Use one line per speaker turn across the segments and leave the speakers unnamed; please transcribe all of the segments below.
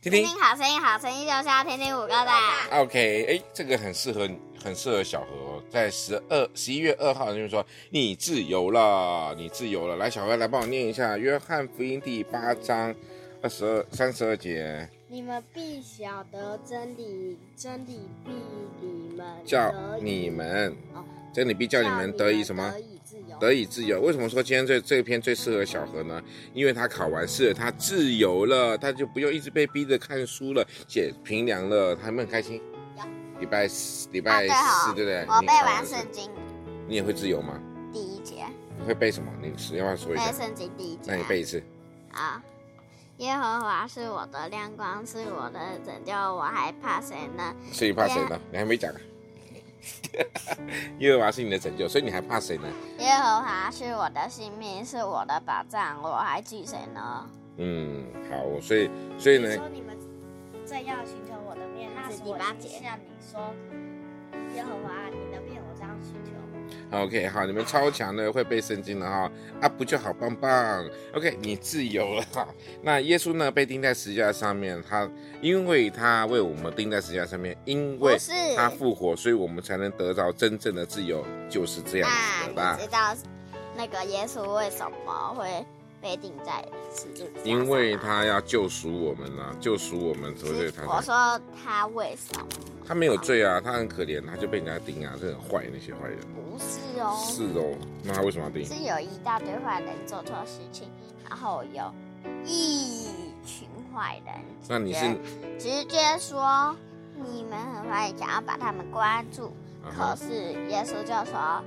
听
听
听
听好声音，好声音就是要听听五哥的。
OK，哎，这个很适合，很适合小何哦，在十二十一月二号就是说你自由了，你自由了。来，小何来帮我念一下《约翰福音》第八章二十二三十二节，
你们必晓得真理，真理必你们
叫
得以
你们
哦，
真理必叫你们得以什么
得？以自由，
得以自由。为什么说今天这这篇最适合小何呢？因为他考完试了，他自由了，他就不用一直被逼着看书了，写评量了，他们很开心
有。
礼拜四，礼拜
对哦
四，对不对？
我
你
背
考
完
试
圣经
你也会自由吗？
第一节，
你会背什么？你是要不要说一
背
下？
圣经第一节
那你背一次。
啊。耶和华是我的亮光，是我的拯救，我还怕谁呢？
所以你怕谁呢？你还没讲啊。 耶和华是你的拯救，所以你还怕谁呢？
耶和华是我的性命，是我的保障，我还惧谁呢？
嗯，好，所以所以
你
呢，
说你们正要寻求我的面，那时
第
我
八
就
节
向你说，耶和华，你的面我这样寻求。
OK，好，你们超强的会背圣经了哈，啊不就好棒棒？OK，你自由了 哈。那耶稣呢被钉在十字架上面，他因为他为我们钉在十字架上面，因为
不是
他复活，所以我们才能得到真正的自由，就是这样
那
子的吧
你？知道那个耶稣为什么会被钉在十字架上吗
因为他要救赎我们啊，救赎我们，所以他
我说他为什么
他没有罪啊，他很可怜，他就被人家盯啊，是很坏那些坏人。
不是哦？
是哦，那他为什么要盯？
是有一大堆坏人做错事情，然后有一群坏人
那你是
直接说你们很坏，想要把他们关住，
啊
可
哈，
是耶稣就说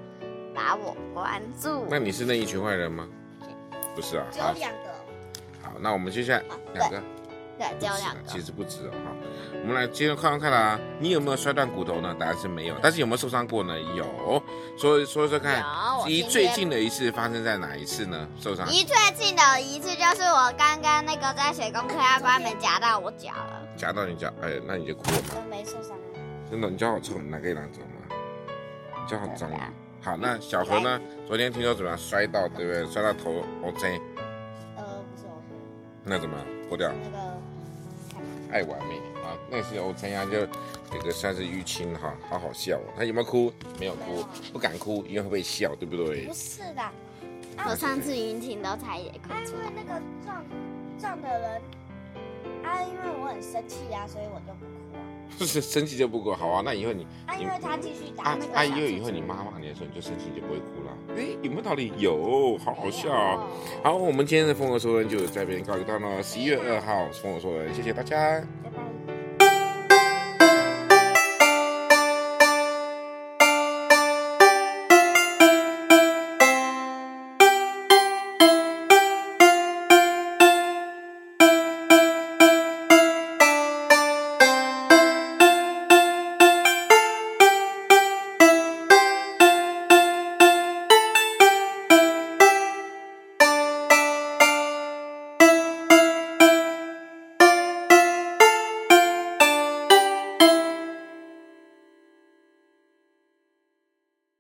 把我关住。
那你是那一群坏人吗？不是啊，
只有
好，
两个，
好，那我们接下来
啊
两个，不
对，只
止
有
啊
两，个
其。实不止哦哈。我们来接着看看啦，你有没有摔断骨头呢？答案是没有，但是有没有受伤过呢？有，说说说看
有，我
离
今
最
天
近的一次发生在哪一次呢？受伤
一最近的一次就是我刚刚那个在水工科要关门夹到我脚了，
夹到你脚，哎，那你就哭了嘛。
都没受伤啊。
真的，你脚好臭，你拿给狼走吗？你脚好脏
对
啊
啊！
好，那小何呢？昨天听说怎么样摔到，对不对？摔到头 OK，
呃，不是我，
那怎么样？脱掉？
那个
爱完美啊，那是 OK 啊，就这个算是淤青哈，好好笑哦。他有没有哭？没有哭，不敢哭，因为会被笑，对不对
不？是啦，
我上次云婷都差一点哭
啊，因
出
为
来。
那个撞撞的人，啊，因为我很生气啊，所以我就不哭啊。
就是生气就不哭，好啊。那以后你
啊，因为他继续打
啊
那个
啊，
小
因为
弟
以
弟
后你妈骂你的时候，你就生气，你就不会哭了。诶，有没有道理？有，好好笑哦。好，我们今天的《风格说人》就在这边告一个段落。十一月二号，《风格说人》，谢谢大家。
拜拜。